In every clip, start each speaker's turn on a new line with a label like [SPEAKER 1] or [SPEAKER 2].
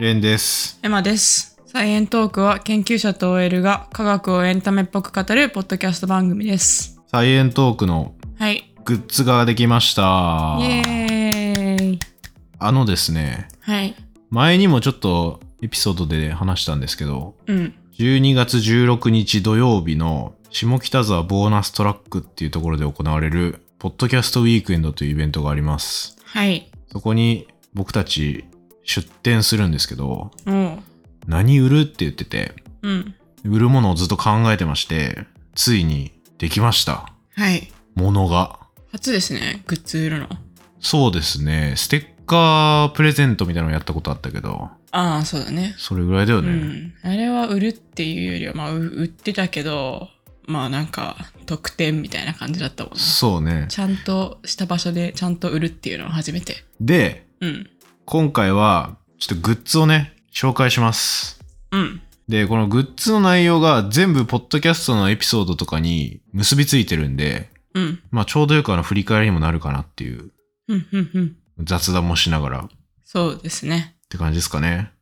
[SPEAKER 1] レンです。
[SPEAKER 2] エマです。サイエントークは研究者と OL が科学をエンタメっぽく語るポッドキャスト番組です。
[SPEAKER 1] サイエントークの
[SPEAKER 2] はい。
[SPEAKER 1] グッズができました
[SPEAKER 2] イ。エーイ。
[SPEAKER 1] あのですね、
[SPEAKER 2] はい。
[SPEAKER 1] 前にもちょっとエピソードで話したんですけど、
[SPEAKER 2] うん。
[SPEAKER 1] 12月16日土曜日の下北沢ボーナストラックっていうところで行われる、ポッドキャストウィークエンドというイベントがあります。
[SPEAKER 2] はい。
[SPEAKER 1] そこに僕たち出展するんですけど、
[SPEAKER 2] おう。
[SPEAKER 1] 何売るって言ってて、
[SPEAKER 2] うん。
[SPEAKER 1] 売るものをずっと考えてまして、ついにできました。
[SPEAKER 2] はい。
[SPEAKER 1] ものが。
[SPEAKER 2] 初ですね。グッズ売るの。
[SPEAKER 1] そうですね。ステッカープレゼントみたいなのやったことあったけど、
[SPEAKER 2] ああ、そうだね。
[SPEAKER 1] それぐらいだよ
[SPEAKER 2] う
[SPEAKER 1] ね。
[SPEAKER 2] ん。あれは売るっていうよりは、まあ、う売ってたけど、まあなんか、特典みたいな感じだったもんね。
[SPEAKER 1] そうね。
[SPEAKER 2] ちゃんとした場所でちゃんと売るっていうのは初めて。
[SPEAKER 1] で、
[SPEAKER 2] うん。
[SPEAKER 1] 今回はちょっとグッズをね、紹介します。
[SPEAKER 2] うん。
[SPEAKER 1] で、このグッズの内容が全部ポッドキャストのエピソードとかに結びついてるんで、
[SPEAKER 2] うん。
[SPEAKER 1] まあちょうどよくあの振り返りにもなるかなっていう
[SPEAKER 2] うん。うん。うん。
[SPEAKER 1] 雑談もしながらっ
[SPEAKER 2] そうですね。
[SPEAKER 1] て感じですかね。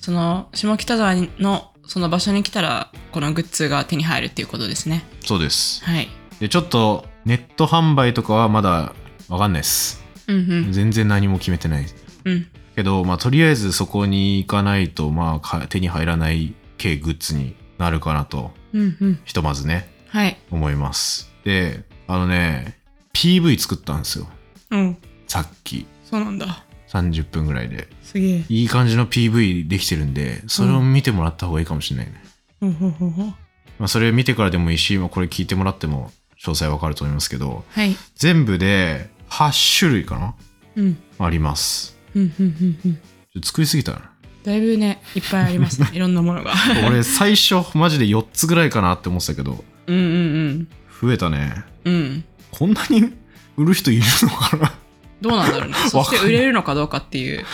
[SPEAKER 2] その下北沢のその場所に来たらこのグッズが手に入るっていうことですね
[SPEAKER 1] そうです。
[SPEAKER 2] はい
[SPEAKER 1] で、ちょっとネット販売とかはまだわかんないです。
[SPEAKER 2] うんうん
[SPEAKER 1] 全然何も決めてない
[SPEAKER 2] うん
[SPEAKER 1] けど、まあ、とりあえずそこに行かないと、まあか、手に入らない系グッズになるかなと、
[SPEAKER 2] うんうん
[SPEAKER 1] ひとまずね、
[SPEAKER 2] はい
[SPEAKER 1] 思います。で、あのね、PV 作ったんですよ。
[SPEAKER 2] うん
[SPEAKER 1] さっき。
[SPEAKER 2] そうなんだ
[SPEAKER 1] 30分ぐらいで。
[SPEAKER 2] すげえ
[SPEAKER 1] いい感じの PV できてるんで、それを見てもらった方がいいかもしれないね。
[SPEAKER 2] ほうほうほうほう
[SPEAKER 1] まあ、それ見てからでもいいし、まあ、これ聞いてもらっても詳細わかると思いますけど、
[SPEAKER 2] はい
[SPEAKER 1] 全部で8種類かな
[SPEAKER 2] うん
[SPEAKER 1] あります。
[SPEAKER 2] うんうんうんうん
[SPEAKER 1] ちょっと作りすぎたな。
[SPEAKER 2] だいぶねいっぱいあります ねいろんなものが
[SPEAKER 1] 俺、最初、マジで4つぐらいかなって思ってたけど、
[SPEAKER 2] うんうん
[SPEAKER 1] 増えたね
[SPEAKER 2] うんうん
[SPEAKER 1] こんなに売る人いるのかな
[SPEAKER 2] どうなん だろうねそ
[SPEAKER 1] わかん
[SPEAKER 2] して売れるのかどうかっていう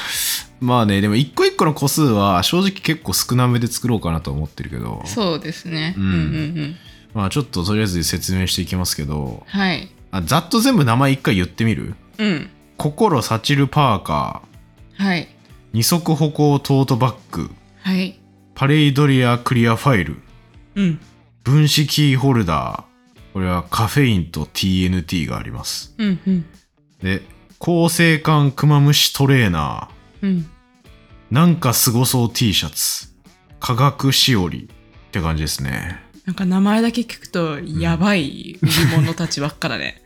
[SPEAKER 1] まあねでも一個一個の個数は正直結構少なめで作ろうかなとは思ってるけど
[SPEAKER 2] そうですね
[SPEAKER 1] う
[SPEAKER 2] うんんうんうん
[SPEAKER 1] まあちょっととりあえず説明していきますけど
[SPEAKER 2] はい
[SPEAKER 1] あざっと全部名前一回言ってみる
[SPEAKER 2] うん
[SPEAKER 1] 心サチルパーカー
[SPEAKER 2] はい
[SPEAKER 1] 二足歩行トートバッグ
[SPEAKER 2] はい
[SPEAKER 1] パレイドリアクリアファイル
[SPEAKER 2] うん
[SPEAKER 1] 分子キーホルダーこれはカフェインと TNT があります
[SPEAKER 2] うんうん
[SPEAKER 1] で恒星艦クマムシトレーナー
[SPEAKER 2] うん
[SPEAKER 1] なんかすごそう T シャツ。科学しおりって感じです ね。
[SPEAKER 2] なんか名前だけ聞くとやばい売り物たちばっか だね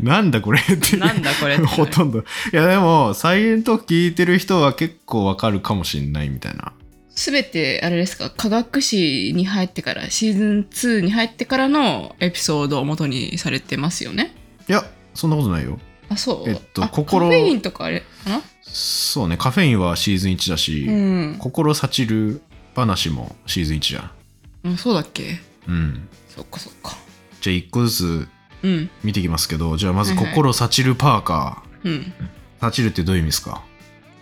[SPEAKER 1] なんだこれって。
[SPEAKER 2] なんだこれっ て
[SPEAKER 1] ほとんど。いやでも、サイエント聞いてる人は結構わかるかもしんないみたいな。
[SPEAKER 2] すべてあれですか科学誌に入ってからシーズン2に入ってからのエピソードを元にされてますよね
[SPEAKER 1] いや、そんなことないよ。
[SPEAKER 2] あそう、
[SPEAKER 1] えっと
[SPEAKER 2] あ
[SPEAKER 1] 心
[SPEAKER 2] カフェインとかあれかな
[SPEAKER 1] そうね、カフェインはシーズン1だし、
[SPEAKER 2] うん
[SPEAKER 1] 心さちる話もシーズン1じゃん。
[SPEAKER 2] うんそうだっけ
[SPEAKER 1] うん。
[SPEAKER 2] そっかそっか
[SPEAKER 1] じゃあ1個ずつ
[SPEAKER 2] うん
[SPEAKER 1] 見ていきますけど、じゃあまず
[SPEAKER 2] はいはい
[SPEAKER 1] 心さちるパーカー。
[SPEAKER 2] うん
[SPEAKER 1] さちるってどういう意味ですか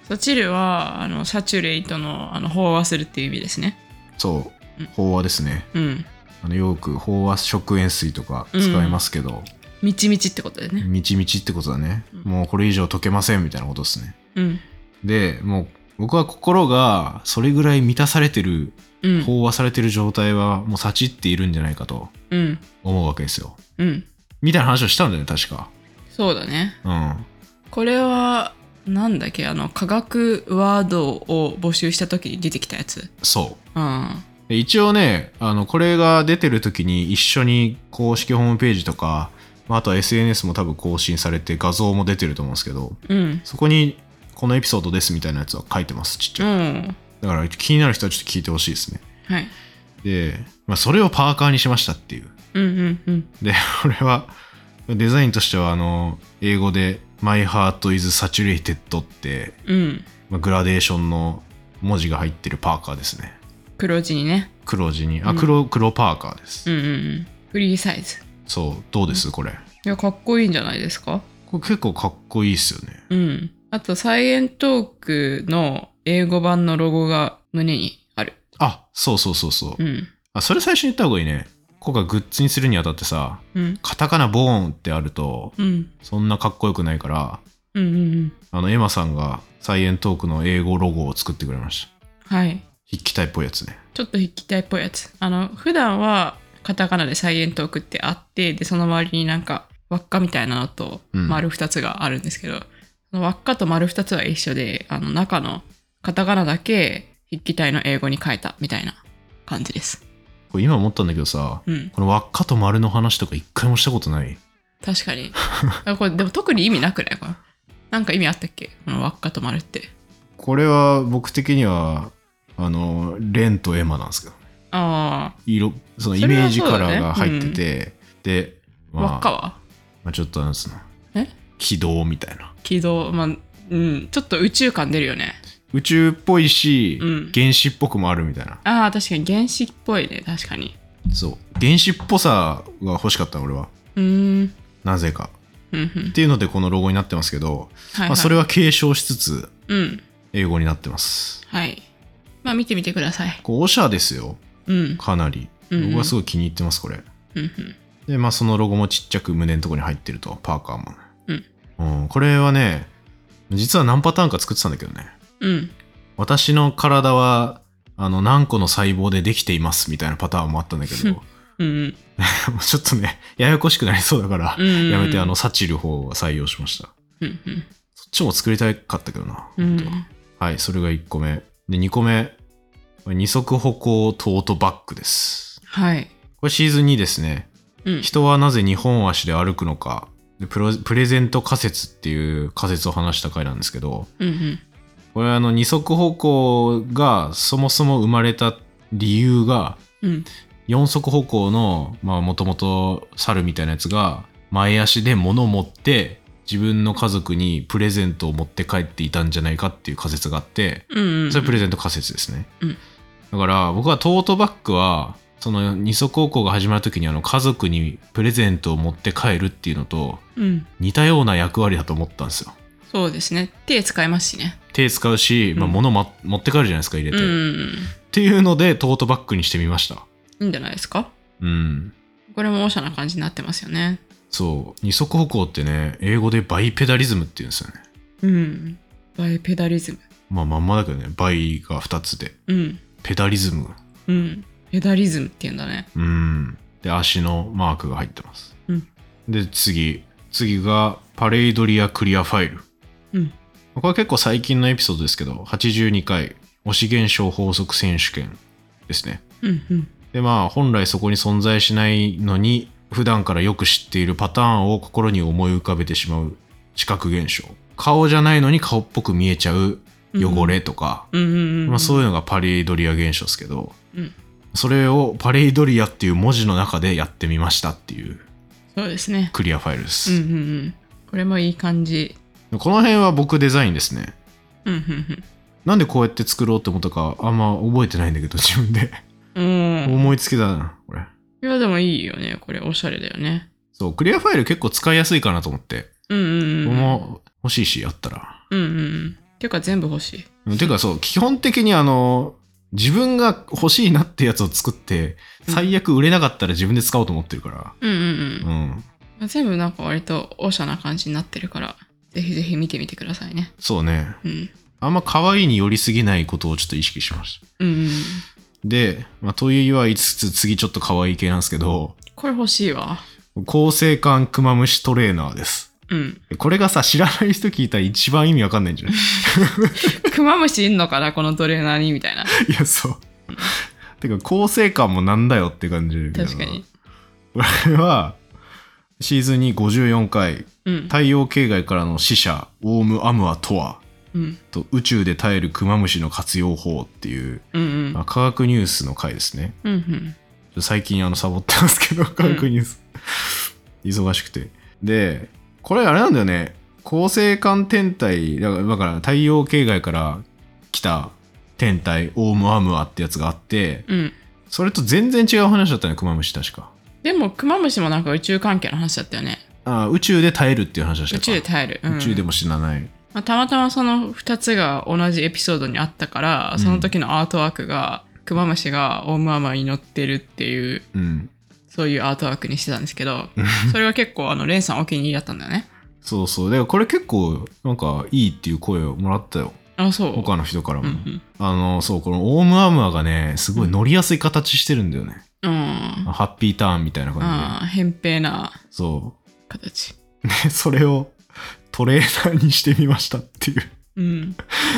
[SPEAKER 2] サチルはあのサチュレイトのあの飽和するっていう意味ですね
[SPEAKER 1] そう
[SPEAKER 2] うん、
[SPEAKER 1] 飽和ですね。
[SPEAKER 2] うん
[SPEAKER 1] あのよく飽和食塩水とか使いますけど、
[SPEAKER 2] みちみちってことでね
[SPEAKER 1] みちみちってことだね、
[SPEAKER 2] うん
[SPEAKER 1] もうこれ以上溶けませんみたいなことですね
[SPEAKER 2] うん
[SPEAKER 1] でもう僕は心がそれぐらい満たされてる
[SPEAKER 2] うん
[SPEAKER 1] 飽和されてる状態はもう幸っているんじゃないかと
[SPEAKER 2] うん
[SPEAKER 1] 思うわけですよ
[SPEAKER 2] うん
[SPEAKER 1] みたいな話をしたんだよね確か
[SPEAKER 2] そうだね
[SPEAKER 1] うん
[SPEAKER 2] これはなんだっけあの科学ワードを募集した時に出てきたやつ
[SPEAKER 1] そ
[SPEAKER 2] うん
[SPEAKER 1] うで一応ねあのこれが出てる時に一緒に公式ホームページとかまああとは SNS も多分更新されて画像も出てると思うんですけど
[SPEAKER 2] うん
[SPEAKER 1] そこにこのエピソードですみたいなやつは書いてますちっち
[SPEAKER 2] う
[SPEAKER 1] ゃい、
[SPEAKER 2] ん
[SPEAKER 1] だから気になる人はちょっと聞いてほしいですね
[SPEAKER 2] はい。
[SPEAKER 1] で、まあ、それをパーカーにしましたっていう。
[SPEAKER 2] うんうんうん。
[SPEAKER 1] で、 これは、デザインとしては、あの、英語で、My heart is saturated って、
[SPEAKER 2] うん。
[SPEAKER 1] まあ、グラデーションの文字が入ってるパーカーですね。
[SPEAKER 2] 黒字にね。
[SPEAKER 1] 黒地に。あ、
[SPEAKER 2] うん
[SPEAKER 1] 黒、黒パーカーです。
[SPEAKER 2] うんうんうん。フリーサイズ。
[SPEAKER 1] そう、どうですこれ。
[SPEAKER 2] いや、かっこいいんじゃないですか
[SPEAKER 1] これ結構かっこいいっすよね。
[SPEAKER 2] うん。あと、サイエントークの英語版のロゴが胸にある。
[SPEAKER 1] あ、そうそうそうそう。
[SPEAKER 2] うん。
[SPEAKER 1] あ、それ最初に言った方がいいね。今回グッズにするにあたってさ
[SPEAKER 2] うん
[SPEAKER 1] カタカナボーンってあると
[SPEAKER 2] うん
[SPEAKER 1] そんなかっこよくないから
[SPEAKER 2] うんうんうん
[SPEAKER 1] あのエマさんがサイエントークの英語ロゴを作ってくれました
[SPEAKER 2] はい
[SPEAKER 1] 筆記体っぽいやつね
[SPEAKER 2] ちょっと筆記体っぽいやつあの普段はカタカナで「サイエントーク」ってあってでその周りになんか輪っかみたいなのと
[SPEAKER 1] うん
[SPEAKER 2] 丸2つがあるんですけど、その輪っかと丸2つは一緒であの中のカタカナだけ筆記体の英語に変えたみたいな感じです
[SPEAKER 1] これ今思ったんだけどさ
[SPEAKER 2] うん
[SPEAKER 1] この輪っかと丸の話とか一回もしたことない
[SPEAKER 2] 確 かにあこれでも特に意味なくないこれなんか意味あったっけこの輪っかと丸って
[SPEAKER 1] これは僕的にはあのレンとエマなんですけど
[SPEAKER 2] あ
[SPEAKER 1] 色そのイ
[SPEAKER 2] それは
[SPEAKER 1] メージカ
[SPEAKER 2] そう
[SPEAKER 1] ラ
[SPEAKER 2] だね
[SPEAKER 1] ーが入ってて、で、
[SPEAKER 2] あ
[SPEAKER 1] まあ、
[SPEAKER 2] 輪っかは
[SPEAKER 1] まあちょっとなんつうの
[SPEAKER 2] え
[SPEAKER 1] 軌道みたいな
[SPEAKER 2] 軌道まあうんちょっと宇宙感出るよね
[SPEAKER 1] 宇宙っぽいし、
[SPEAKER 2] うん
[SPEAKER 1] 原子っぽくもあるみたいな
[SPEAKER 2] ああ確かに原子っぽいね確かに
[SPEAKER 1] そう原子っぽさが欲しかったの俺は
[SPEAKER 2] うーん
[SPEAKER 1] なぜか
[SPEAKER 2] うんうん
[SPEAKER 1] っていうのでこのロゴになってますけど、
[SPEAKER 2] はい、
[SPEAKER 1] ま
[SPEAKER 2] は
[SPEAKER 1] あ、
[SPEAKER 2] い。
[SPEAKER 1] それは継承しつつ
[SPEAKER 2] うん。
[SPEAKER 1] 英語になってます
[SPEAKER 2] はい。まあ見てみてください。
[SPEAKER 1] こうオシャですよ
[SPEAKER 2] うん。
[SPEAKER 1] かなり
[SPEAKER 2] うんうん
[SPEAKER 1] 僕はすごい気に入ってますこれ
[SPEAKER 2] うんうん。
[SPEAKER 1] でまあそのロゴもちっちゃく胸のところに入ってるとパーカーも
[SPEAKER 2] うん、
[SPEAKER 1] うん、これはね実は何パターンか作ってたんだけどね
[SPEAKER 2] うん。
[SPEAKER 1] 私の体はあの何個の細胞でできていますみたいなパターンもあったんだけども
[SPEAKER 2] うん
[SPEAKER 1] う ちょっとねややこしくなりそうだから、
[SPEAKER 2] うん。
[SPEAKER 1] やめてあのサチル方を採用しました
[SPEAKER 2] うんうん。
[SPEAKER 1] そっちも作りたかったけどな、
[SPEAKER 2] うん
[SPEAKER 1] 本当ははいそれが1個目で2個目二足歩行トートバッグです
[SPEAKER 2] はい。
[SPEAKER 1] これシーズン2ですね
[SPEAKER 2] うん。
[SPEAKER 1] 人はなぜ2本足で歩くのかでプロプレゼント仮説っていう仮説を話した回なんですけど、
[SPEAKER 2] うんうん。
[SPEAKER 1] これはあの二足歩行がそもそも生まれた理由が
[SPEAKER 2] うん。
[SPEAKER 1] 四足歩行のもともと猿みたいなやつが前足で物を持って自分の家族にプレゼントを持って帰っていたんじゃないかっていう仮説があって
[SPEAKER 2] うんうん。
[SPEAKER 1] それプレゼント仮説ですね、
[SPEAKER 2] うん
[SPEAKER 1] だから僕はトートバッグはその二足歩行が始まる時にあの家族にプレゼントを持って帰るっていうのと
[SPEAKER 2] うん。
[SPEAKER 1] 似たような役割だと思ったんですよ
[SPEAKER 2] そうですね。手使いますしね。
[SPEAKER 1] 手使うし、まあ、
[SPEAKER 2] うん
[SPEAKER 1] 物をま持って帰るじゃないですか入れ
[SPEAKER 2] う
[SPEAKER 1] て、
[SPEAKER 2] んうん。
[SPEAKER 1] っていうのでトートバッグにしてみました
[SPEAKER 2] いいんじゃないですか
[SPEAKER 1] うん
[SPEAKER 2] これもオシャな感じになってますよね。
[SPEAKER 1] そう二足歩行ってね英語でバイペダリズムって言うんですよね
[SPEAKER 2] うん。バイペダリズム。
[SPEAKER 1] まあまんまだけどねバイが2つで
[SPEAKER 2] うん。
[SPEAKER 1] ペダリズム
[SPEAKER 2] うん。ペダリズムって言うんだね。
[SPEAKER 1] うんで足のマークが入ってます、
[SPEAKER 2] うん
[SPEAKER 1] で次次がパレイドリアクリアファイル
[SPEAKER 2] うん。
[SPEAKER 1] これは結構最近のエピソードですけど82回推し現象法則選手権ですね
[SPEAKER 2] うんうん。
[SPEAKER 1] でまあ本来そこに存在しないのに普段からよく知っているパターンを心に思い浮かべてしまう視覚現象顔じゃないのに顔っぽく見えちゃう汚れとか、
[SPEAKER 2] うんうんうん。
[SPEAKER 1] まあ、そう
[SPEAKER 2] う
[SPEAKER 1] いうのがパレイドリア現象ですけど、
[SPEAKER 2] うん
[SPEAKER 1] それをパレイドリアっていう文字の中でやってみましたっていう
[SPEAKER 2] そうですね。
[SPEAKER 1] クリアファイルです、
[SPEAKER 2] うんうんうん。これもいい感じ。
[SPEAKER 1] この辺は僕デザインですね
[SPEAKER 2] うんうん
[SPEAKER 1] なんでこうやって作ろうって思ったかあんま覚えてないんだけど自分で
[SPEAKER 2] うん。うん。
[SPEAKER 1] 思いつきだなこれ
[SPEAKER 2] いやでもいいよね。これおしゃれだよね。
[SPEAKER 1] そうクリアファイル結構使いやすいかなと思って
[SPEAKER 2] うんうんうん。
[SPEAKER 1] 僕も欲しいし、あったら。
[SPEAKER 2] うんうんうん。ていうか全部欲しい。
[SPEAKER 1] てかそう、基本的にあの、自分が欲しいなってやつを作って、
[SPEAKER 2] うん
[SPEAKER 1] 最悪売れなかったら自分で使おうと思ってるか
[SPEAKER 2] うんうん
[SPEAKER 1] ら。
[SPEAKER 2] う。
[SPEAKER 1] うんん。
[SPEAKER 2] まあ全部なんか割とオシャな感じになってるから、ぜひぜひ見てみてくださいね。
[SPEAKER 1] そうね。
[SPEAKER 2] うん。
[SPEAKER 1] あんま可愛いに寄りすぎないことをちょっと意識しました。
[SPEAKER 2] うんうんうん。
[SPEAKER 1] で、まあ、というは言いつつ、次ちょっと可愛い系なんですけど、
[SPEAKER 2] これ欲しいわ。
[SPEAKER 1] 構成感クマムシトレーナーです。
[SPEAKER 2] うん。
[SPEAKER 1] これがさ、知らない人聞いたら一番意味わかんないん じゃない
[SPEAKER 2] クマムシいんのかなこのトレーナーにみたいな。
[SPEAKER 1] いや、そう。てか、構成感もなんだよって感じだけどな
[SPEAKER 2] 確かに。
[SPEAKER 1] これはシーズンに54回
[SPEAKER 2] うん。
[SPEAKER 1] 太陽系外からの死者オウムアムアとは
[SPEAKER 2] うん。
[SPEAKER 1] と宇宙で耐えるクマムシの活用法っていう、
[SPEAKER 2] うんう
[SPEAKER 1] ま
[SPEAKER 2] ん
[SPEAKER 1] あ、。科学ニュースの回ですね
[SPEAKER 2] うんうん。
[SPEAKER 1] 最近あのサボってますけど科学ニュース、忙しくてでこれあれなんだよね恒星間天体だからだから太陽系外から来た天体オウムアムアってやつがあって
[SPEAKER 2] うん。
[SPEAKER 1] それと全然違う話だったねクマムシ確か
[SPEAKER 2] でもクマムシもなんか宇宙関係の話だったよね。
[SPEAKER 1] あー宇宙で耐えるっていう話でした
[SPEAKER 2] 宇
[SPEAKER 1] か
[SPEAKER 2] 宙で耐える。うん
[SPEAKER 1] 宇宙でも死なない。
[SPEAKER 2] まあ、たまたまその2つが同じエピソードにあったから、
[SPEAKER 1] うん
[SPEAKER 2] その時のアートワークがクマムシがオウムアマに乗ってるっていう
[SPEAKER 1] うん。
[SPEAKER 2] そういうアートワークにしてたんですけど、 それは結構、あの、レンさんお気に入りだったんだよね。
[SPEAKER 1] そうそう。で、これ結構、なんか、いいっていう声をもらったよ。
[SPEAKER 2] あ、そう。
[SPEAKER 1] 他の人から
[SPEAKER 2] う
[SPEAKER 1] も。
[SPEAKER 2] ん
[SPEAKER 1] あの、そう、このオウムアームアがね、すごい乗りやすい形してるんだよね。
[SPEAKER 2] うん。うん。
[SPEAKER 1] ハッピーターンみたいな感
[SPEAKER 2] ああ、扁平な
[SPEAKER 1] じで。そ
[SPEAKER 2] 形。
[SPEAKER 1] う。 で、それをトレーナーにしてみましたっていう。
[SPEAKER 2] うん。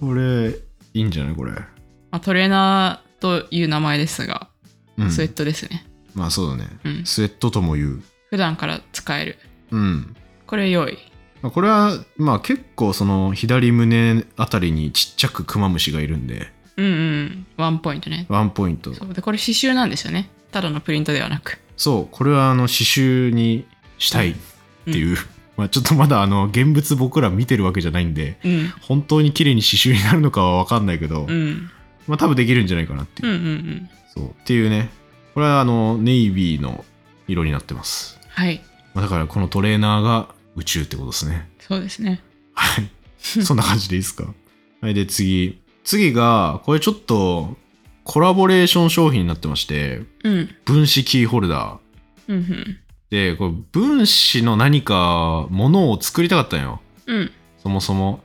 [SPEAKER 1] これ、いいんじゃないこれ。
[SPEAKER 2] まあ、トレーナーという名前ですが、
[SPEAKER 1] うん。
[SPEAKER 2] スウェットですね。
[SPEAKER 1] まあそうだね。
[SPEAKER 2] うん。
[SPEAKER 1] スウェットとも言う。
[SPEAKER 2] 普段から使える。
[SPEAKER 1] うん。
[SPEAKER 2] これ良い。
[SPEAKER 1] まあこれは、まあ結構その左胸あたりにちっちゃくクマムシがいるんで、
[SPEAKER 2] うんうん。ワンポイントね。
[SPEAKER 1] ワンポイント。
[SPEAKER 2] そうで、これ刺繍なんですよね。ただのプリントではなく。
[SPEAKER 1] そう、これはあの刺繍にしたいっていう。まあちょっとまだあの現物僕ら見てるわけじゃないんで、
[SPEAKER 2] うん。
[SPEAKER 1] 本当に綺麗に刺繍になるのかは分かんないけど、
[SPEAKER 2] うん。
[SPEAKER 1] まあ多分できるんじゃないかなって
[SPEAKER 2] う
[SPEAKER 1] い
[SPEAKER 2] ん
[SPEAKER 1] う。
[SPEAKER 2] うんうん。
[SPEAKER 1] そう。っていうね。これはあのネイビーの色になってます。
[SPEAKER 2] はい。
[SPEAKER 1] まあだからこのトレーナーが宇宙ってことですね。
[SPEAKER 2] そうですね。
[SPEAKER 1] はい。そんな感じでいいですか。はい。で、次。次が、これちょっとコラボレーション商品になってまして、
[SPEAKER 2] うん。
[SPEAKER 1] 分子キーホルダー。
[SPEAKER 2] うんうん。
[SPEAKER 1] で、これ分子の何かものを作りたかったんよ。
[SPEAKER 2] うん。
[SPEAKER 1] そもそも。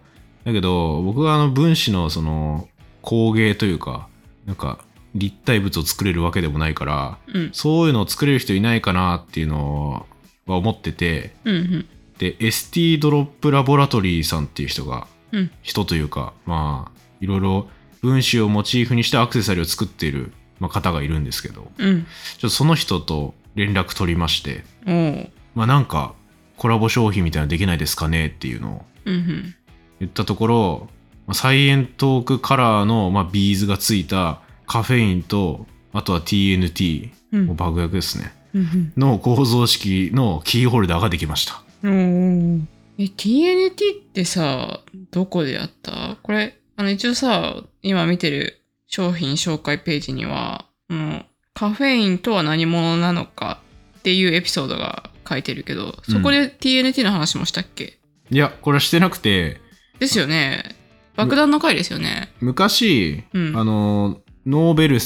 [SPEAKER 1] だけど、僕があの分子のその工芸というか、なんか立体物を作れるわけでもないから、
[SPEAKER 2] うん。
[SPEAKER 1] そういうのを作れる人いないかなっていうのは思ってて、
[SPEAKER 2] うんうん。
[SPEAKER 1] で、ST ドロップラボラトリーさんっていう人が、
[SPEAKER 2] うん
[SPEAKER 1] 人というか、まあ、いろいろ分子をモチーフにしてアクセサリーを作っている、まあ、方がいるんですけど、ちょ
[SPEAKER 2] うん。
[SPEAKER 1] っとその人と連絡取りまして、
[SPEAKER 2] おお。
[SPEAKER 1] まあなんかコラボ商品みたいなのできないですかねっていうのを
[SPEAKER 2] うん
[SPEAKER 1] 言ったところ、まあサイエントークカラーの、まあ、ビーズがついたカフェインと、あとは TNT、
[SPEAKER 2] うん。うん
[SPEAKER 1] もう爆薬ですね、
[SPEAKER 2] うん
[SPEAKER 1] の構造式のキーホルダーができました。
[SPEAKER 2] うん。おお。え、TNT ってさ、どこでやったこれ、あの、一応さ、今見てる商品紹介ページには、このカフェインとは何者なのかっていうエピソードが書いてるけど、そこで TNT の話もしたっけ、
[SPEAKER 1] いや、これはしてなくて、
[SPEAKER 2] ですよね。爆弾の回ですよね。
[SPEAKER 1] 昔、
[SPEAKER 2] うん
[SPEAKER 1] あの、ノーベル、ん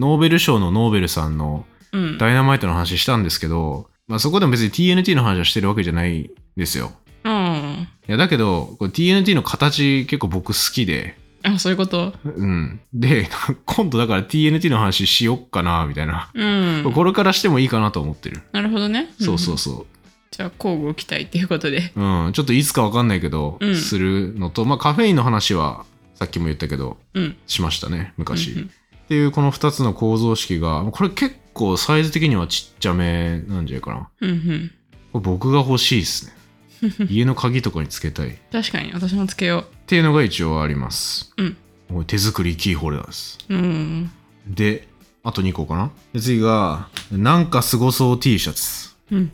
[SPEAKER 1] ノーベル賞のノーベルさんの
[SPEAKER 2] うん。
[SPEAKER 1] ダイナマイトの話したんですけど、まあそこでも別に TNT の話はしてるわけじゃないんですよ。
[SPEAKER 2] うん。
[SPEAKER 1] いや、だけど、これ TNT の形結構僕好きで、
[SPEAKER 2] あ、そういうこと。
[SPEAKER 1] うん。で、 今度だから TNT の話しよっかな、みたいな。
[SPEAKER 2] うん。
[SPEAKER 1] これからしてもいいかなと思ってる。
[SPEAKER 2] なるほどね。
[SPEAKER 1] そうそ
[SPEAKER 2] ん
[SPEAKER 1] う。そ
[SPEAKER 2] じゃあ、交互期待っていうことで。
[SPEAKER 1] う。うん。ちょっといつかわかんないけど、
[SPEAKER 2] うん
[SPEAKER 1] するのと、まあカフェインの話はさっきも言ったけど、
[SPEAKER 2] うん。
[SPEAKER 1] しましたね、昔。
[SPEAKER 2] うん
[SPEAKER 1] っていうこの2つの構造式が、これ結構サイズ的にはちっちゃめなんじゃないかな。
[SPEAKER 2] うんうん。
[SPEAKER 1] これ僕が欲しいです ね。家の鍵とかにつけたい。っ
[SPEAKER 2] 確かに、私もつけよ
[SPEAKER 1] ていうのが一応あります。
[SPEAKER 2] うん
[SPEAKER 1] これ手作りキーホルダーです。
[SPEAKER 2] う。うん。
[SPEAKER 1] で、あと2個かな。で次が、なんかすごそう T シャツ。
[SPEAKER 2] うん。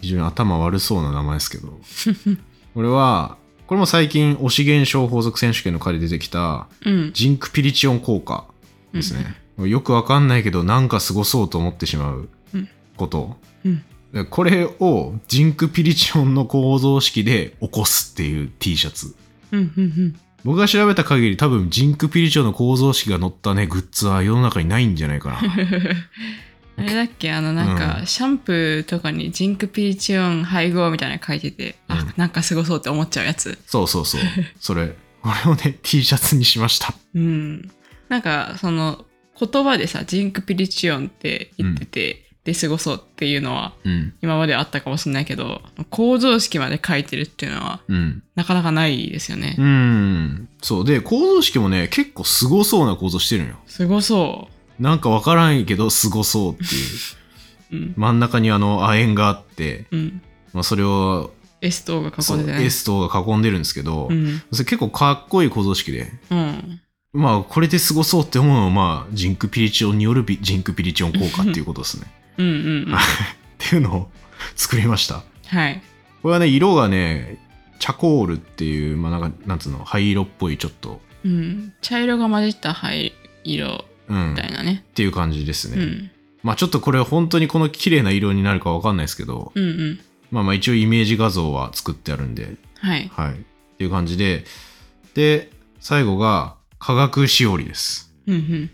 [SPEAKER 1] 非常に頭悪そうな名前ですけど。 これは、これも最近、推し現象法則選手権の回で出てきた、
[SPEAKER 2] うん。
[SPEAKER 1] ジンクピリチオン効果ですね。よくわかんないけど、なんかすごそうと思ってしまうこと。
[SPEAKER 2] うん。
[SPEAKER 1] でこれをジンクピリチオンの構造式で起こすっていう T シャツ。
[SPEAKER 2] うん。うん。うん。
[SPEAKER 1] 僕が調べた限り多分ジンクピリチオンの構造式が載ったね、グッズは世の中にないんじゃないか な。
[SPEAKER 2] あれだっけあの、なん
[SPEAKER 1] う
[SPEAKER 2] か、シャンプーとかにジンクピリチオン配合みたいなの書いてて、
[SPEAKER 1] う
[SPEAKER 2] あ
[SPEAKER 1] ん、
[SPEAKER 2] なんかすごそうって思っちゃうやつ。
[SPEAKER 1] そうそうそう。それ。これをね、T シャツにしました。
[SPEAKER 2] うん。なんか、その、言葉でさ、ジンクピリチオンって言ってて、で、すごそうっていうのは、
[SPEAKER 1] うん。
[SPEAKER 2] 今まであったかもしれないけど、構造式まで書いてるっていうのは、
[SPEAKER 1] うん。
[SPEAKER 2] なかなかないですよね。
[SPEAKER 1] うん。そう。で、構造式もね、結構すごそうな構造してるのよ。
[SPEAKER 2] すごそ
[SPEAKER 1] なんかわからんけど、すごそうっていう。
[SPEAKER 2] う。うん。
[SPEAKER 1] 真ん中にあの亜鉛があって、
[SPEAKER 2] うん。
[SPEAKER 1] まあ、それを
[SPEAKER 2] S 等が囲
[SPEAKER 1] そ
[SPEAKER 2] ん
[SPEAKER 1] う
[SPEAKER 2] でてね。
[SPEAKER 1] S 等が囲んでるんですけど、
[SPEAKER 2] うん。
[SPEAKER 1] それ結構かっこいい構造式で
[SPEAKER 2] うん。
[SPEAKER 1] まあこれですごそうって思うのはまあジンクピリチオンによるビジンクピリチオン効果っていうことですね
[SPEAKER 2] うんうんうん。
[SPEAKER 1] っていうのを 作りました
[SPEAKER 2] はい。
[SPEAKER 1] これはね色がねチャコールっていうまあなんかなんつうの灰色っぽいちょっと
[SPEAKER 2] うん。茶色が混じった灰色
[SPEAKER 1] うん
[SPEAKER 2] みたいなね。
[SPEAKER 1] っていう感じです
[SPEAKER 2] う
[SPEAKER 1] ね、
[SPEAKER 2] ん。
[SPEAKER 1] まあちょっとこれ本当にこの綺麗な色になるかわかんないですけど、
[SPEAKER 2] うんうん。
[SPEAKER 1] まあまあ一応イメージ画像は作ってあるんで
[SPEAKER 2] はい。
[SPEAKER 1] はい。っていう感じで、で、最後が、科学しおりです。
[SPEAKER 2] うん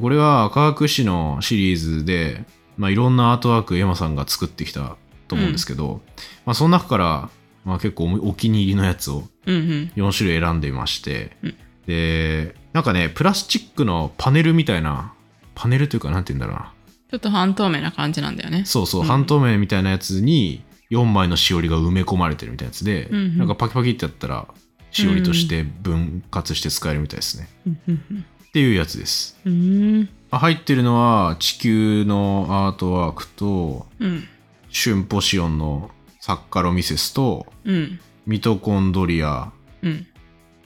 [SPEAKER 1] これは科学史のシリーズで、まあ、いろんなアートワークエマさんが作ってきたと思うんですけど、まあ、その中から、まあ、結構おお気に入りのやつを
[SPEAKER 2] うんうん。
[SPEAKER 1] 4種類選んでいまして、
[SPEAKER 2] うん
[SPEAKER 1] でなんかねプラスチックのパネルみたいなパネルというかなんて言うんだろうな
[SPEAKER 2] ちょっと半透明な感じなんだよね。
[SPEAKER 1] そうそう、
[SPEAKER 2] うん
[SPEAKER 1] 半透明みたいなやつに4枚のしおりが埋め込まれてるみたいなやつで、
[SPEAKER 2] うんうん
[SPEAKER 1] なんかパキパキってやったらしおりとして分割して使えるみたいですね、
[SPEAKER 2] うんうん
[SPEAKER 1] っていうやつです
[SPEAKER 2] うん。うん
[SPEAKER 1] あ入ってるのは地球のアートワークと
[SPEAKER 2] うん。
[SPEAKER 1] シュンポシオンのサッカロミセスと
[SPEAKER 2] うん。
[SPEAKER 1] ミトコンドリア
[SPEAKER 2] うん。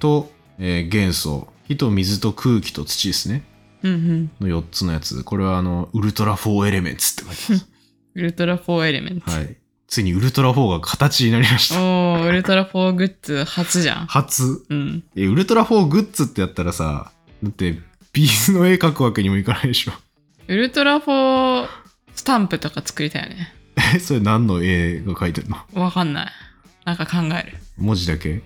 [SPEAKER 1] と、えー元素火と水と空気と土ですね
[SPEAKER 2] うんうん。
[SPEAKER 1] の4つのやつこれはあのウルトラ4エレメンツって書いて
[SPEAKER 2] ウルトラ4エレメント。
[SPEAKER 1] ます、はい、ついにウルトラ4が形になりました
[SPEAKER 2] おー、ウルトラ4グッズ初じゃん。
[SPEAKER 1] 初
[SPEAKER 2] うん。
[SPEAKER 1] えウルトラ4グッズってやったらさだってビーズの絵描くわけにもいかないでしょ
[SPEAKER 2] ウルトラ4スタンプとか作りたいよね。
[SPEAKER 1] えそれ何の絵が描いてるの
[SPEAKER 2] わかんない。なんか考える。
[SPEAKER 1] 文字だけ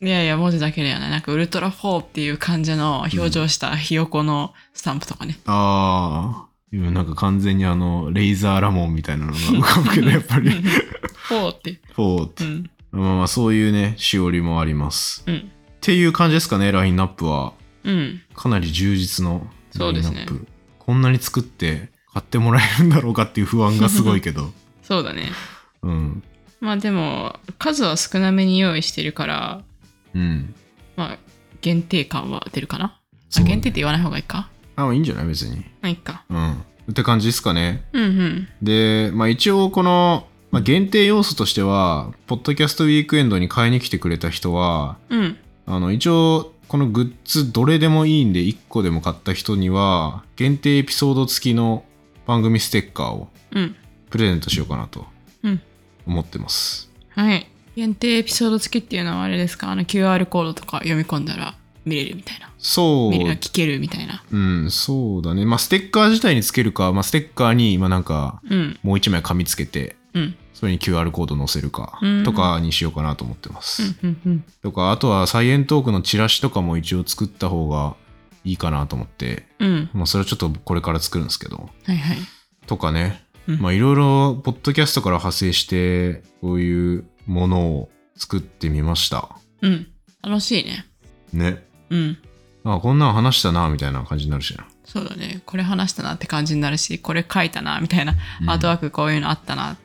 [SPEAKER 2] いやいや、文字だけではない。なんかウルトラ4っていう感じの表情したひよこのスタンプとかね。
[SPEAKER 1] ああ今なんか完全にあのレイザーラモンみたいなのが浮かぶ けどやっぱり
[SPEAKER 2] 4って。
[SPEAKER 1] 4っ
[SPEAKER 2] う
[SPEAKER 1] て、
[SPEAKER 2] ん。
[SPEAKER 1] まあまあそういうねしおりもあります
[SPEAKER 2] うん。
[SPEAKER 1] っていう感じですかねラインナップは
[SPEAKER 2] うん。
[SPEAKER 1] かなり充実の
[SPEAKER 2] そうですね
[SPEAKER 1] ラインナップこんなに作って買ってもらえるんだろうかっていう不安がすごいけ ど
[SPEAKER 2] そうだね。
[SPEAKER 1] うん
[SPEAKER 2] まあでも、数は少なめに用意してるから、
[SPEAKER 1] うん
[SPEAKER 2] まあ、限定感は出るかな。あ
[SPEAKER 1] そうだね
[SPEAKER 2] 限定って言わない方がいいか。
[SPEAKER 1] あまあいいんじゃない別に
[SPEAKER 2] まあ、いいか。
[SPEAKER 1] うんって感じですかね
[SPEAKER 2] うんうん。
[SPEAKER 1] で、まあ、一応この、まあ、限定要素としてはポッドキャストウィークエンドに買いに来てくれた人は
[SPEAKER 2] うん。
[SPEAKER 1] あの一応このグッズどれでもいいんで1個でも買った人には限定エピソード付きの番組ステッカーを
[SPEAKER 2] うん。
[SPEAKER 1] プレゼントしようかなと
[SPEAKER 2] うん
[SPEAKER 1] 思ってます、
[SPEAKER 2] はい。限定エピソード付きっていうのはあれですかあの QR コードとか読み込んだら見れるみたいな。
[SPEAKER 1] そう
[SPEAKER 2] 見れる聞けるみたいな。
[SPEAKER 1] うんそうだねまあステッカー自体につけるか、まあ、ステッカーに今なんか
[SPEAKER 2] うん。
[SPEAKER 1] もう1枚紙つけて
[SPEAKER 2] うん。
[SPEAKER 1] それに QR コード載せるか
[SPEAKER 2] うん
[SPEAKER 1] とかにしようかなと思ってます、
[SPEAKER 2] うん。うん。うん。
[SPEAKER 1] とかあとはサイエントークのチラシとかも一応作った方がいいかなと思って、
[SPEAKER 2] うん。
[SPEAKER 1] まあ、それはちょっとこれから作るんですけど
[SPEAKER 2] はいはい。
[SPEAKER 1] とかね、
[SPEAKER 2] うん
[SPEAKER 1] まあいろいろポッドキャストから派生してこういうものを作ってみました
[SPEAKER 2] うん。楽しいね。
[SPEAKER 1] ね
[SPEAKER 2] うん。
[SPEAKER 1] あこんなん話したなみたいな感じになるしな
[SPEAKER 2] そうだね。これ話したなって感じになるし、これ書いたなみたいな、
[SPEAKER 1] うん
[SPEAKER 2] アートワークこういうのあったなっ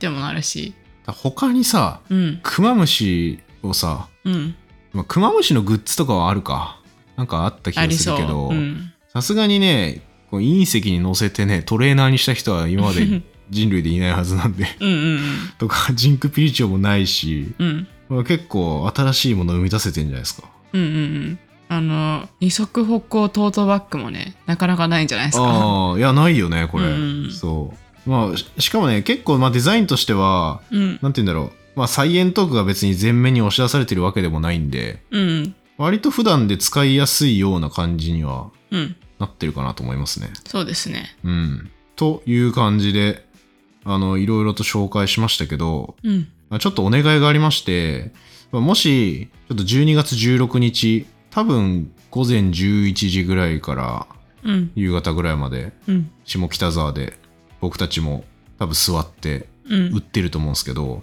[SPEAKER 2] てもなるし。
[SPEAKER 1] 他にさ
[SPEAKER 2] うん。
[SPEAKER 1] クマムシをさ、
[SPEAKER 2] うん。
[SPEAKER 1] まあ、クマムシのグッズとかはあるかなんかあった気
[SPEAKER 2] あ
[SPEAKER 1] が
[SPEAKER 2] り
[SPEAKER 1] す
[SPEAKER 2] そ
[SPEAKER 1] る
[SPEAKER 2] う。
[SPEAKER 1] けど
[SPEAKER 2] うん。
[SPEAKER 1] さすがにねこう隕石に乗せてねトレーナーにした人は今ま で人類でいないはずなんで
[SPEAKER 2] うんうん
[SPEAKER 1] とかジンクピリチョもないし、
[SPEAKER 2] うん。うん。
[SPEAKER 1] まあ、結構新しいものを生み出せてんじゃないですか。
[SPEAKER 2] うんうんうん。あの、二足歩行トートバッグもね、なかなかないんじゃないですか。
[SPEAKER 1] ああいやないよねこれ、
[SPEAKER 2] うん
[SPEAKER 1] そうまあししかもね結構まあデザインとしては
[SPEAKER 2] うん。
[SPEAKER 1] なんて言うんだろうまあサイエントークが別に前面に押し出されてるわけでもないんで
[SPEAKER 2] うん。
[SPEAKER 1] 割と普段で使いやすいような感じには
[SPEAKER 2] うん。
[SPEAKER 1] なってるかなと思いますね。
[SPEAKER 2] そうですね。
[SPEAKER 1] うん、という感じであのいろいろと紹介しましたけど
[SPEAKER 2] うん。
[SPEAKER 1] まあちょっとお願いがありまして、まあもし、ちょっと12月16日、多分午前11時ぐらいから
[SPEAKER 2] うん。
[SPEAKER 1] 夕方ぐらいまで、
[SPEAKER 2] うん。
[SPEAKER 1] 下北沢で僕たちも多分座って
[SPEAKER 2] うん
[SPEAKER 1] 売ってると思うんですけど、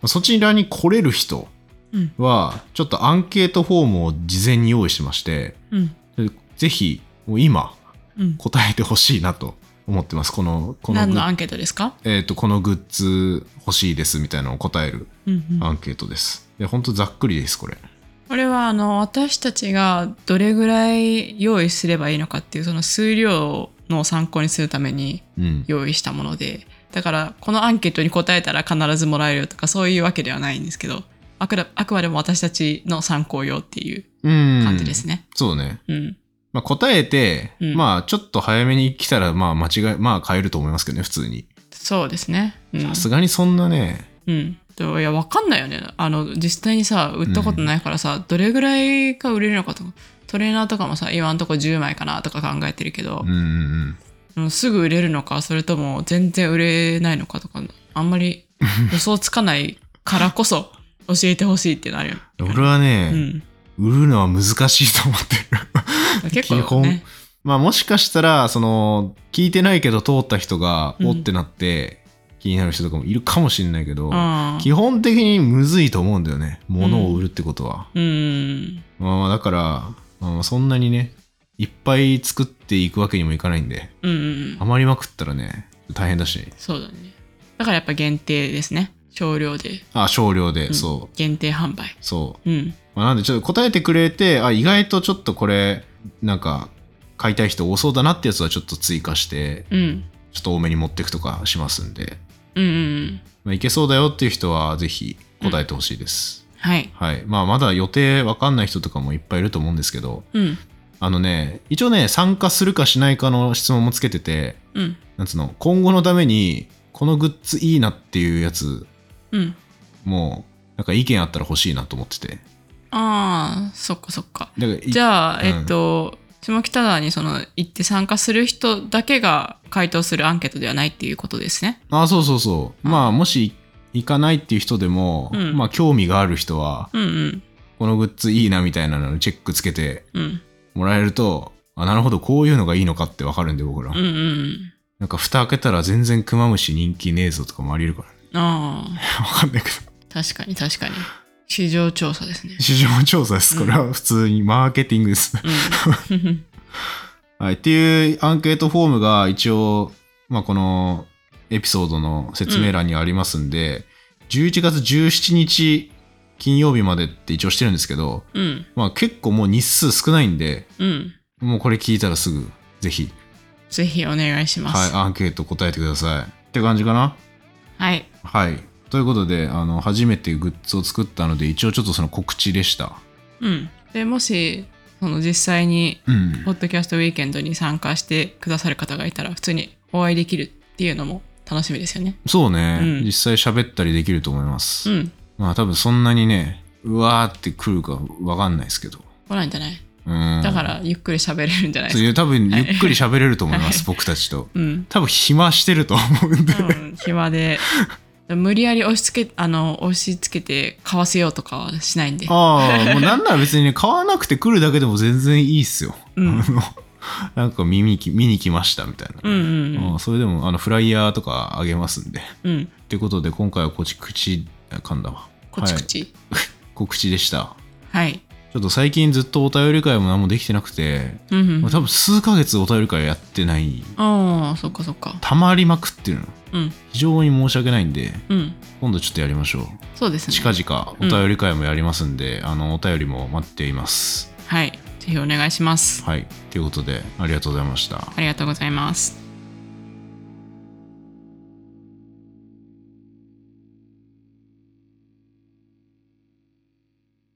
[SPEAKER 1] まあそちらに来れる人
[SPEAKER 2] うん。
[SPEAKER 1] は、ちょっとアンケートフォームを事前に用意してまして、
[SPEAKER 2] うん。
[SPEAKER 1] ぜひ、もう今、
[SPEAKER 2] うん。
[SPEAKER 1] 答えてほしいなと思ってます。この、この
[SPEAKER 2] 何
[SPEAKER 1] グ
[SPEAKER 2] のア
[SPEAKER 1] ッ、
[SPEAKER 2] ンケートですか
[SPEAKER 1] えーと、このグッズ欲しいですみたいなのを答える
[SPEAKER 2] うんうん
[SPEAKER 1] アンケートです。で、ほんとざっくりです、これ。
[SPEAKER 2] これはあの私たちがどれぐらい用意すればいいのかっていうその数量の参考にするために
[SPEAKER 1] うん。
[SPEAKER 2] 用意したものでだからこのアンケートに答えたら必ずもらえるとかそういうわけではないんですけどあくらあくまでも私たちの参考用っていう感じです
[SPEAKER 1] ね。
[SPEAKER 2] ね。
[SPEAKER 1] そうね。
[SPEAKER 2] うん、
[SPEAKER 1] まあ、答えて、
[SPEAKER 2] うん
[SPEAKER 1] まあ、ちょっと早めに来たら、まあ、間違い、まあ、買えると思いますけどね、普通に。
[SPEAKER 2] そうですね。うん
[SPEAKER 1] さすがにそんなね、
[SPEAKER 2] うん、といやわかんないよねあの実際にさ売ったことないからさ、どれぐらいが売れるのかとかトレーナーとかもさ今んとこ10枚かなとか考えてるけど
[SPEAKER 1] うん、うん
[SPEAKER 2] うんすぐ売れるのかそれとも全然売れないのかとかあん まり予想つかないからこそ教えてほしいってなるよね、
[SPEAKER 1] うん。俺は
[SPEAKER 2] う
[SPEAKER 1] ね、
[SPEAKER 2] ん、
[SPEAKER 1] 売るのは難しいと思ってる。
[SPEAKER 2] 結構
[SPEAKER 1] 基本
[SPEAKER 2] ね
[SPEAKER 1] まあもしかしたら、その、聞いてないけど通った人が、
[SPEAKER 2] うん
[SPEAKER 1] おってなって、気になる人とかもいるかもしれないけど、
[SPEAKER 2] あ
[SPEAKER 1] 基本的にむずいと思うんだよね。物を売るってことは。
[SPEAKER 2] あ。うん。
[SPEAKER 1] まあまあだから、まあ、そんなにね、いっぱい作っていくわけにもいかないんで、
[SPEAKER 2] うんうん。
[SPEAKER 1] 余りまくったらね、大変だし。
[SPEAKER 2] そうだね。だからやっぱ限定ですね。少量で。
[SPEAKER 1] あ、少量で、
[SPEAKER 2] うん
[SPEAKER 1] そう、
[SPEAKER 2] 限定販売。
[SPEAKER 1] そう。
[SPEAKER 2] うん。
[SPEAKER 1] まあ、なんでちょっと答えてくれてあ意外とちょっとこれなんか買いたい人多そうだなってやつはちょっと追加して
[SPEAKER 2] うん。
[SPEAKER 1] ちょっと多めに持っていくとかしますんで、
[SPEAKER 2] うんうん。
[SPEAKER 1] まあ、いけそうだよっていう人はぜひ答えてほしいです、
[SPEAKER 2] はい。
[SPEAKER 1] はいまあまだ予定わかんない人とかもいっぱいいると思うんですけど
[SPEAKER 2] うん。
[SPEAKER 1] あのね一応ね参加するかしないかの質問もつけてて
[SPEAKER 2] うん。
[SPEAKER 1] なんつうの今後のためにこのグッズいいなっていうやつ
[SPEAKER 2] うん。
[SPEAKER 1] もなんか意見あったら欲しいなと思ってて
[SPEAKER 2] ああ、そっかそっか。
[SPEAKER 1] だからい
[SPEAKER 2] じゃあ、
[SPEAKER 1] うん
[SPEAKER 2] えっと、下北沢にその行って参加する人だけが回答するアンケートではないっていうことですね。
[SPEAKER 1] あそうそうそう。
[SPEAKER 2] うん
[SPEAKER 1] まあ、もし行かないっていう人でも、
[SPEAKER 2] うん
[SPEAKER 1] まあ、興味がある人は、
[SPEAKER 2] うんうん
[SPEAKER 1] このグッズいいなみたいなのにチェックつけて
[SPEAKER 2] うん
[SPEAKER 1] もらえると、あ、なるほど、こういうのがいいのかってわかるんで、僕ら。
[SPEAKER 2] うんうん
[SPEAKER 1] なんか、蓋開けたら全然クマムシ人気ねえぞとかもありえるからね。
[SPEAKER 2] うん。ああ、
[SPEAKER 1] わかんないけど。
[SPEAKER 2] 確かに確かに。市場調査ですね。
[SPEAKER 1] 市場調査です。これは普通にマーケティングです。
[SPEAKER 2] うん。
[SPEAKER 1] はい。っていうアンケートフォームが一応、まあ、このエピソードの説明欄にありますんで、11月17日金曜日までって一応してるんですけど、
[SPEAKER 2] うん。
[SPEAKER 1] まあ結構もう日数少ないんで、
[SPEAKER 2] うん。
[SPEAKER 1] もうこれ聞いたらすぐ、ぜひ、
[SPEAKER 2] ぜひお願いしま
[SPEAKER 1] はい、
[SPEAKER 2] す。は。
[SPEAKER 1] アンケート答えてください。って感じかない
[SPEAKER 2] はい。
[SPEAKER 1] はい。ということで、あの、初めてグッズを作ったので、一応ちょっとその告知でした。
[SPEAKER 2] うん。で、もし、その実際に、
[SPEAKER 1] うん
[SPEAKER 2] ポ。ッドキャストウィーケンドに参加してくださる方がいたら、普通にお会いできるっていうのも楽しみですよね。
[SPEAKER 1] そうね、
[SPEAKER 2] うん
[SPEAKER 1] 実際喋ったりできると思います。
[SPEAKER 2] うん。
[SPEAKER 1] まあ多分そんなにね、うわーって来るかわかんないですけど。
[SPEAKER 2] 来ないんじゃない
[SPEAKER 1] うん。
[SPEAKER 2] だか、ら、ゆっくり喋れるんじゃないで
[SPEAKER 1] そ
[SPEAKER 2] す
[SPEAKER 1] う
[SPEAKER 2] か。
[SPEAKER 1] いう多分ゆっくり喋れると思います、 僕たちと。
[SPEAKER 2] うん。
[SPEAKER 1] 多分暇してると思うんで。
[SPEAKER 2] 多分暇で無理やり押し付けあの押し付けて買わせようとかはしないんで
[SPEAKER 1] ああ、もうなんなら別にね、買わなくて来るだけでも全然いいっすよ。
[SPEAKER 2] うん
[SPEAKER 1] あの、なんか見にき見に来ましたみたいな。
[SPEAKER 2] うんうんうん
[SPEAKER 1] あーそれでも、あの、フライヤーとかあげますんで。
[SPEAKER 2] うん
[SPEAKER 1] ってことで、今回はこちくち、あ噛んだわ。
[SPEAKER 2] こっち
[SPEAKER 1] はい
[SPEAKER 2] こっ、ち
[SPEAKER 1] 告知でした。
[SPEAKER 2] はい、
[SPEAKER 1] ちょっと最近ずっとお便り会も何もできてなくて、
[SPEAKER 2] うんうん
[SPEAKER 1] もう多分数ヶ月お便り会やってない。
[SPEAKER 2] ああそっかそっか
[SPEAKER 1] 溜まりまくってるの。
[SPEAKER 2] うん
[SPEAKER 1] 非常に申し訳ないんで、
[SPEAKER 2] うん
[SPEAKER 1] 今度ちょっとやりましょう。
[SPEAKER 2] そうですね
[SPEAKER 1] 近々お便り会もやりますんで、あの、お便りも待っています。
[SPEAKER 2] はいぜひお願いします
[SPEAKER 1] はい。ということで、ありがとうございました。
[SPEAKER 2] ありがとうございます